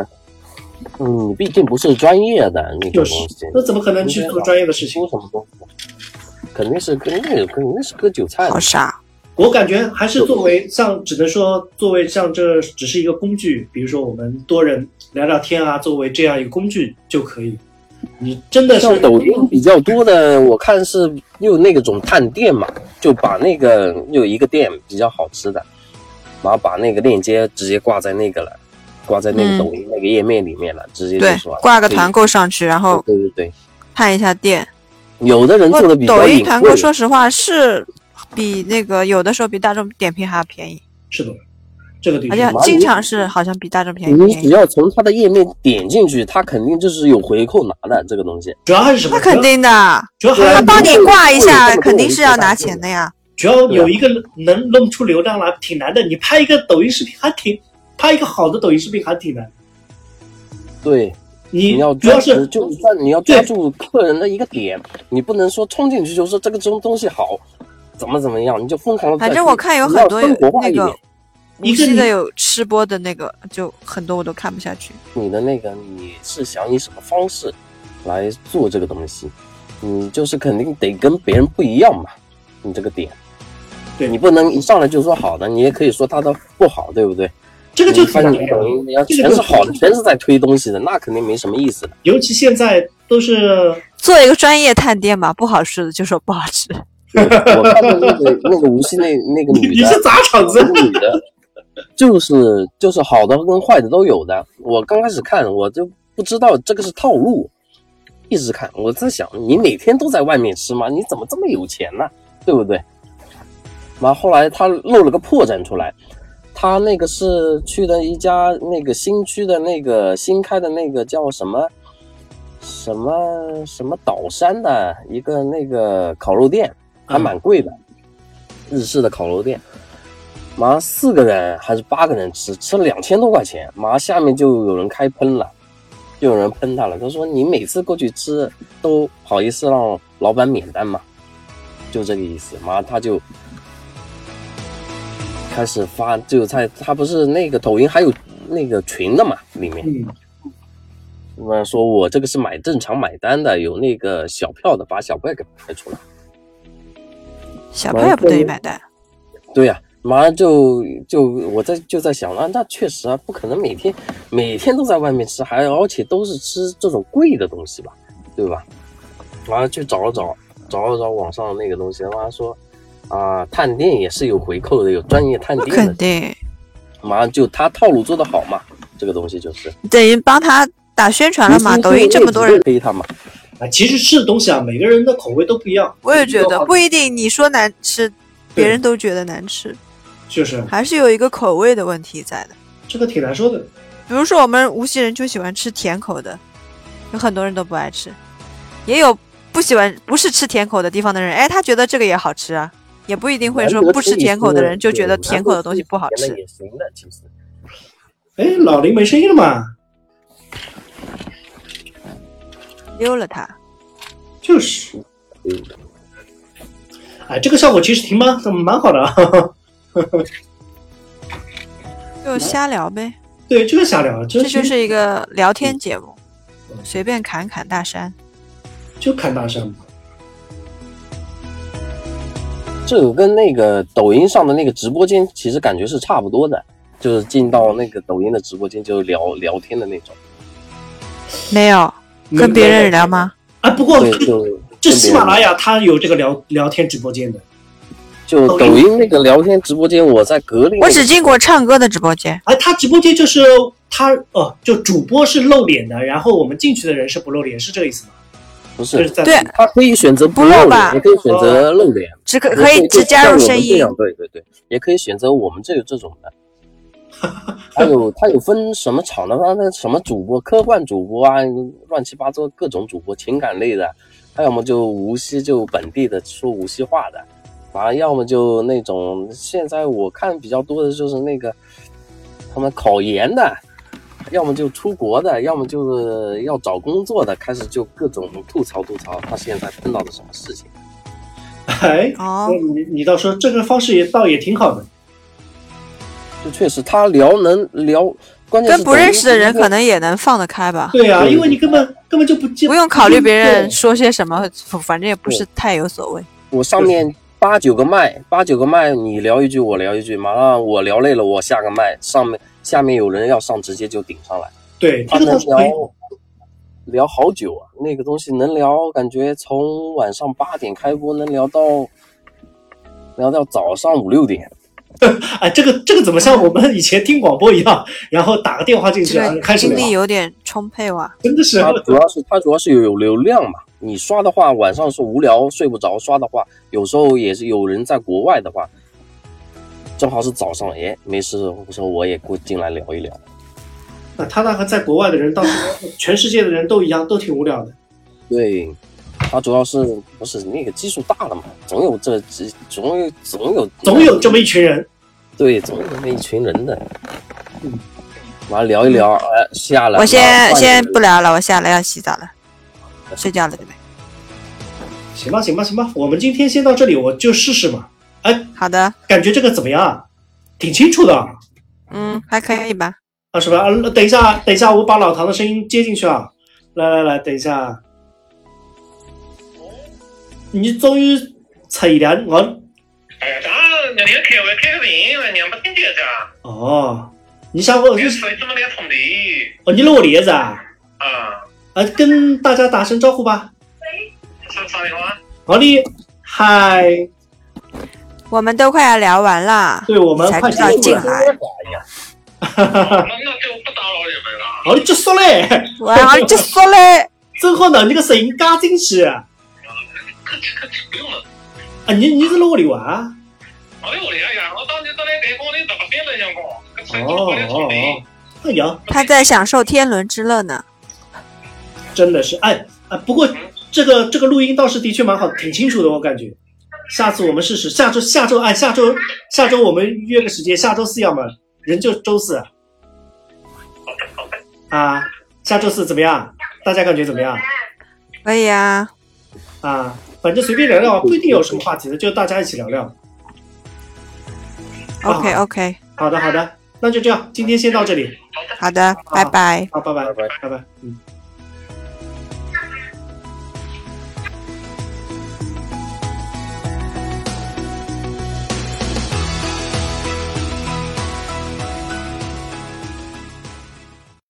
Speaker 2: 嗯，你毕竟不是专业的那
Speaker 1: 就
Speaker 2: 种
Speaker 1: 是
Speaker 2: 东西，，
Speaker 1: 那怎么可能去做专业的事情
Speaker 2: 说？什么东西？肯定是跟那个肯定是割韭菜的
Speaker 3: 好。傻！
Speaker 1: 我感觉还是作为像，只能说作为像这只是一个工具，比如说我们多人聊聊天啊，作为这样一个工具就可以。你真的
Speaker 2: 像
Speaker 1: 是
Speaker 2: 抖音比较多的，我看是有那种探店嘛，就把那个有一个店比较好吃的，然后把那个链接直接挂在那个了，挂在那个
Speaker 3: 嗯
Speaker 2: 抖音那个页面里面了，直接就
Speaker 3: 对
Speaker 2: 说，
Speaker 3: 挂个团购上去，然
Speaker 2: 对
Speaker 3: 后
Speaker 2: 对对对，
Speaker 3: 看一下店。
Speaker 2: 有的人
Speaker 3: 不
Speaker 2: 做的
Speaker 3: 过
Speaker 2: 比较
Speaker 3: 抖音
Speaker 2: 隐
Speaker 3: 团
Speaker 2: 晦
Speaker 3: 购，，说实话是比那个有的时候比大众点评还要便宜，
Speaker 1: 是的，这个对
Speaker 3: 而。且
Speaker 2: 蛮
Speaker 3: 经常是好像比大
Speaker 1: 哎
Speaker 3: 众便宜
Speaker 2: 你
Speaker 3: 便
Speaker 2: 只
Speaker 3: 宜。
Speaker 2: 要从它的页面点进去，它肯定就是有回扣拿的这个东西。
Speaker 1: 主要还是什么
Speaker 3: 那？肯定的，
Speaker 1: 主要主要
Speaker 2: 啊
Speaker 3: 他
Speaker 1: 还
Speaker 3: 帮你挂一
Speaker 2: 对
Speaker 3: 下，
Speaker 2: 对对
Speaker 3: 肯定是要拿钱的呀。
Speaker 1: 主要有一个能弄出流量来挺难的，你拍一个抖音视频还挺，拍一个好的抖音视频还挺难。
Speaker 2: 对，
Speaker 1: 你
Speaker 2: 你要
Speaker 1: 主要
Speaker 2: 抓住，
Speaker 1: 是嗯
Speaker 2: 就是在你要抓
Speaker 1: 对
Speaker 2: 住客人的一个点，你不能说冲进去就说这个东东西好，怎么怎么样，你就疯狂的。
Speaker 3: 反正我看有很多有
Speaker 2: 生活化
Speaker 3: 那
Speaker 2: 一
Speaker 3: 个
Speaker 2: 点，
Speaker 1: 一
Speaker 3: 无
Speaker 1: 个
Speaker 3: 锡
Speaker 1: 你
Speaker 3: 的有吃播的那个，就很多我都看不下去。
Speaker 2: 你的那个你是想以什么方式来做这个东西，你就是肯定得跟别人不一样嘛，你这个点。
Speaker 1: 对
Speaker 2: 你不能一上来就说好的，你也可以说它的不好，对不对？
Speaker 1: 这个就
Speaker 2: 你
Speaker 1: 挺
Speaker 2: 看
Speaker 1: 难
Speaker 2: 你
Speaker 1: 的
Speaker 2: 的
Speaker 1: 呀
Speaker 2: 抖音，你要
Speaker 1: 这个
Speaker 2: 全
Speaker 1: 就是
Speaker 2: 好的，全是在推东西的，那肯定没什么意思的。
Speaker 1: 尤其现在都是
Speaker 3: 做一个专业探店嘛，不好吃的就说不好吃。
Speaker 2: 对我看到那个那个无锡那那个
Speaker 1: 你
Speaker 2: 女
Speaker 1: 你是
Speaker 2: 的，
Speaker 1: 砸场子
Speaker 2: 那，个女的， 就是就是好的跟坏的都有的。我刚开始看我就不知道这个是套路，一直看我在想你每天都在外面吃吗？你怎么这么有钱呢？对不对？然后后来他露了个破绽出来，他那个是去的一家那个新区的那个新开的那个叫什么什么什么岛山的一个那个烤肉店，还蛮贵的，日式的烤肉店。马上四个人还是八个人吃，吃了两千多块钱。马上下面就有人开喷了，就有人喷他了。他说：“你每次过去吃都好意思让老板免单吗？”就这个意思。马上他就开始发，就在他不是那个抖音还有那个群的嘛，里面
Speaker 1: 嗯，
Speaker 2: 那说我这个是买正常买单的，有那个小票的，把小票给拍出来。
Speaker 3: 小朋友不等于买单，
Speaker 2: 对呀、马上就就我在就在想啊，那确实啊，不可能每天每天都在外面吃，还而且都是吃这种贵的东西吧，对吧？马上去找了找，找了找网上那个东西，马上说啊，探店也是有回扣的，有专业探
Speaker 3: 那
Speaker 2: 店
Speaker 3: 肯
Speaker 2: 的，
Speaker 3: 定
Speaker 2: 马上就他套路做得好嘛，这个东西就是
Speaker 3: 等于帮他打宣传了嘛。
Speaker 2: 嗯
Speaker 3: 抖音这么多人，
Speaker 2: 黑他嘛，
Speaker 1: 啊，其实吃的东西啊，每个人的口味都不一样。
Speaker 3: 我也觉得不
Speaker 1: 一，
Speaker 3: 一定，你说难吃，别人都觉得难吃，
Speaker 1: 就是
Speaker 3: 还是有一个口味的问题在的。
Speaker 1: 这个挺难说的。
Speaker 3: 比如说我们无锡人就喜欢吃甜口的，有很多人都不爱吃，也有不喜欢不是吃甜口的地方的人，哎，他觉得这个也好吃啊，也不一定会说不吃甜口的人就觉得甜口的东西不好
Speaker 2: 对
Speaker 3: 吃
Speaker 2: 难。得吃一次甜的也行的，其实。
Speaker 1: 哎，老林没声音了嘛？
Speaker 3: 溜了他，
Speaker 1: 就是，
Speaker 2: 嗯
Speaker 1: 哎，这个效果其实挺蛮蛮好的啊。
Speaker 3: 就瞎聊呗，
Speaker 1: 对，这个瞎聊，这
Speaker 3: 这
Speaker 1: 其
Speaker 3: 就
Speaker 1: 实
Speaker 3: 是一个聊天节目，随便侃侃大山。
Speaker 1: 就看大山嘛。
Speaker 2: 这个跟那个抖音上的那个直播间其实感觉是差不多的，就是进到那个抖音的直播间就聊聊天的那种。
Speaker 3: 没有
Speaker 1: 没
Speaker 3: 跟别人聊吗？
Speaker 1: 啊，不过
Speaker 2: 对，就
Speaker 1: 这喜马拉雅它有这个聊聊天直播间的
Speaker 2: 就抖音那个聊天直播间，我在格力那个。
Speaker 3: 我只进过唱歌的直播间，
Speaker 1: 哎，他直播间就是他哦，就主播是露脸的，然后我们进去的人是不露脸，是这个意思吗？
Speaker 2: 不
Speaker 1: 就是
Speaker 2: 是，
Speaker 1: 在
Speaker 3: 对
Speaker 2: 他可以选择
Speaker 3: 不露
Speaker 2: 露
Speaker 3: 吧
Speaker 2: 脸，也可以选择露脸，
Speaker 3: 只可可以
Speaker 2: 也
Speaker 3: 只加
Speaker 2: 像
Speaker 3: 入
Speaker 2: 我
Speaker 3: 声
Speaker 2: 们这
Speaker 3: 音
Speaker 2: 样，对对对，也可以选择我们这个这种的。他有他有分什么场的，他那什么主播，科幻主播啊，乱七八糟各种主播，情感类的，他要么就无锡就本地的说无锡话的，啊，要么就那种现在我看比较多的就是那个他们考研的，要么就出国的，要么就是要找工作的，开始就各种吐槽吐槽他现在碰到的什么事情。
Speaker 1: 哎，
Speaker 3: 哦
Speaker 1: 那你你倒说这个方式也倒也挺好的，
Speaker 2: 就确实他聊能聊，关键是
Speaker 3: 跟不认识的人
Speaker 2: 抖音
Speaker 3: 可能也能放得开吧，
Speaker 1: 对啊，
Speaker 2: 对
Speaker 1: 因为你根本根本就不
Speaker 3: 不用考虑别人说些什么，反正也不是太有所谓。
Speaker 2: 我上面八九个麦，八九个麦，你聊一句我聊一句，马上我聊累了我下个麦，上面下面有人要上直接就顶上来，
Speaker 1: 对
Speaker 2: 他
Speaker 1: 这个
Speaker 2: 能
Speaker 1: 倒是可以
Speaker 2: 聊。聊好久啊，那个东西能聊，感觉从晚上八点开播能聊到聊到早上五六点。
Speaker 1: 哎，这个这个怎么像我们以前听广播一样，然后打个电话进去
Speaker 3: 这
Speaker 1: 啊，开
Speaker 3: 个
Speaker 1: 始
Speaker 3: 精
Speaker 1: 聊，
Speaker 3: 力有点充沛哇、
Speaker 1: 真的是
Speaker 2: 它主要是它主要是有流量嘛，你刷的话晚上是无聊睡不着刷的话，有时候也是有人在国外的话，正好是早上，哎，没事，我说我也过进来聊一聊。
Speaker 1: 那他那个在国外的 人，到时候全世界的人都一样，都挺无聊的。
Speaker 2: 对，它主要是不是那个基数大了嘛，总有这几总有总有
Speaker 1: 总有这么一群人，
Speaker 2: 对总有那么一群人的
Speaker 1: 嗯，
Speaker 2: 完了聊一聊，哎，下来
Speaker 3: 我先
Speaker 2: 换一个
Speaker 3: 先
Speaker 2: 人
Speaker 3: 不聊了，我下来要洗澡了，睡觉了对吧？
Speaker 1: 行吧，行吧，行吧，我们今天先到这里，我就试试嘛。哎，
Speaker 3: 好的，
Speaker 1: 感觉这个怎么样啊？挺清楚的啊，
Speaker 3: 嗯，还可以吧。
Speaker 1: 啊是吧？啊，等一下，等一下，我把老唐的声音接进去啊。来来来，等一下，啊你终于出来我
Speaker 6: 哎，当然，人家开会开会，因为人家没听见噻。
Speaker 1: 哦，你想我
Speaker 6: 你手机怎么来充电？
Speaker 1: 哦，你是我儿子啊？
Speaker 6: 啊，
Speaker 1: 啊，跟大家打声招呼吧。
Speaker 6: 是啥地方？
Speaker 1: 好的，嗨，
Speaker 3: 我们都快要聊完了，
Speaker 1: 对我们
Speaker 3: 才
Speaker 1: 快
Speaker 3: 知道
Speaker 1: 结束
Speaker 3: 进
Speaker 1: 了。
Speaker 3: 来。
Speaker 6: 那那就不打扰你们了。
Speaker 1: 好的，结束嘞。
Speaker 3: 我要结束嘞，
Speaker 1: 正好呢，你个声音加进去啊！
Speaker 6: 客气客气，不用了。
Speaker 1: 你你是哪里娃啊？
Speaker 6: 哎呦，我天呀！我当年在那台工里打拼了，人工，这
Speaker 1: 哦
Speaker 6: 手机过来充
Speaker 1: 哦
Speaker 6: 电
Speaker 1: 哦。，哎呀，
Speaker 3: 他在享受天伦之乐呢。
Speaker 1: 真的是哎啊！不过这个这个录音倒是的确蛮好，挺清楚的，我感觉。下次我们试试，下周下周哎，下周下周我们约个时间，下周四要么人就周四
Speaker 6: 好的好的，
Speaker 1: 啊，下周四怎么样？大家感觉怎么样
Speaker 3: 可以啊，
Speaker 1: 啊？反正随便聊聊，不一定有什么话题的，就大家一起聊聊。
Speaker 3: OK OK，
Speaker 1: 好的好的，那就这样，今天先到这里，
Speaker 3: 好的，拜拜。
Speaker 1: 好，拜拜
Speaker 2: 拜拜
Speaker 1: 拜拜，嗯。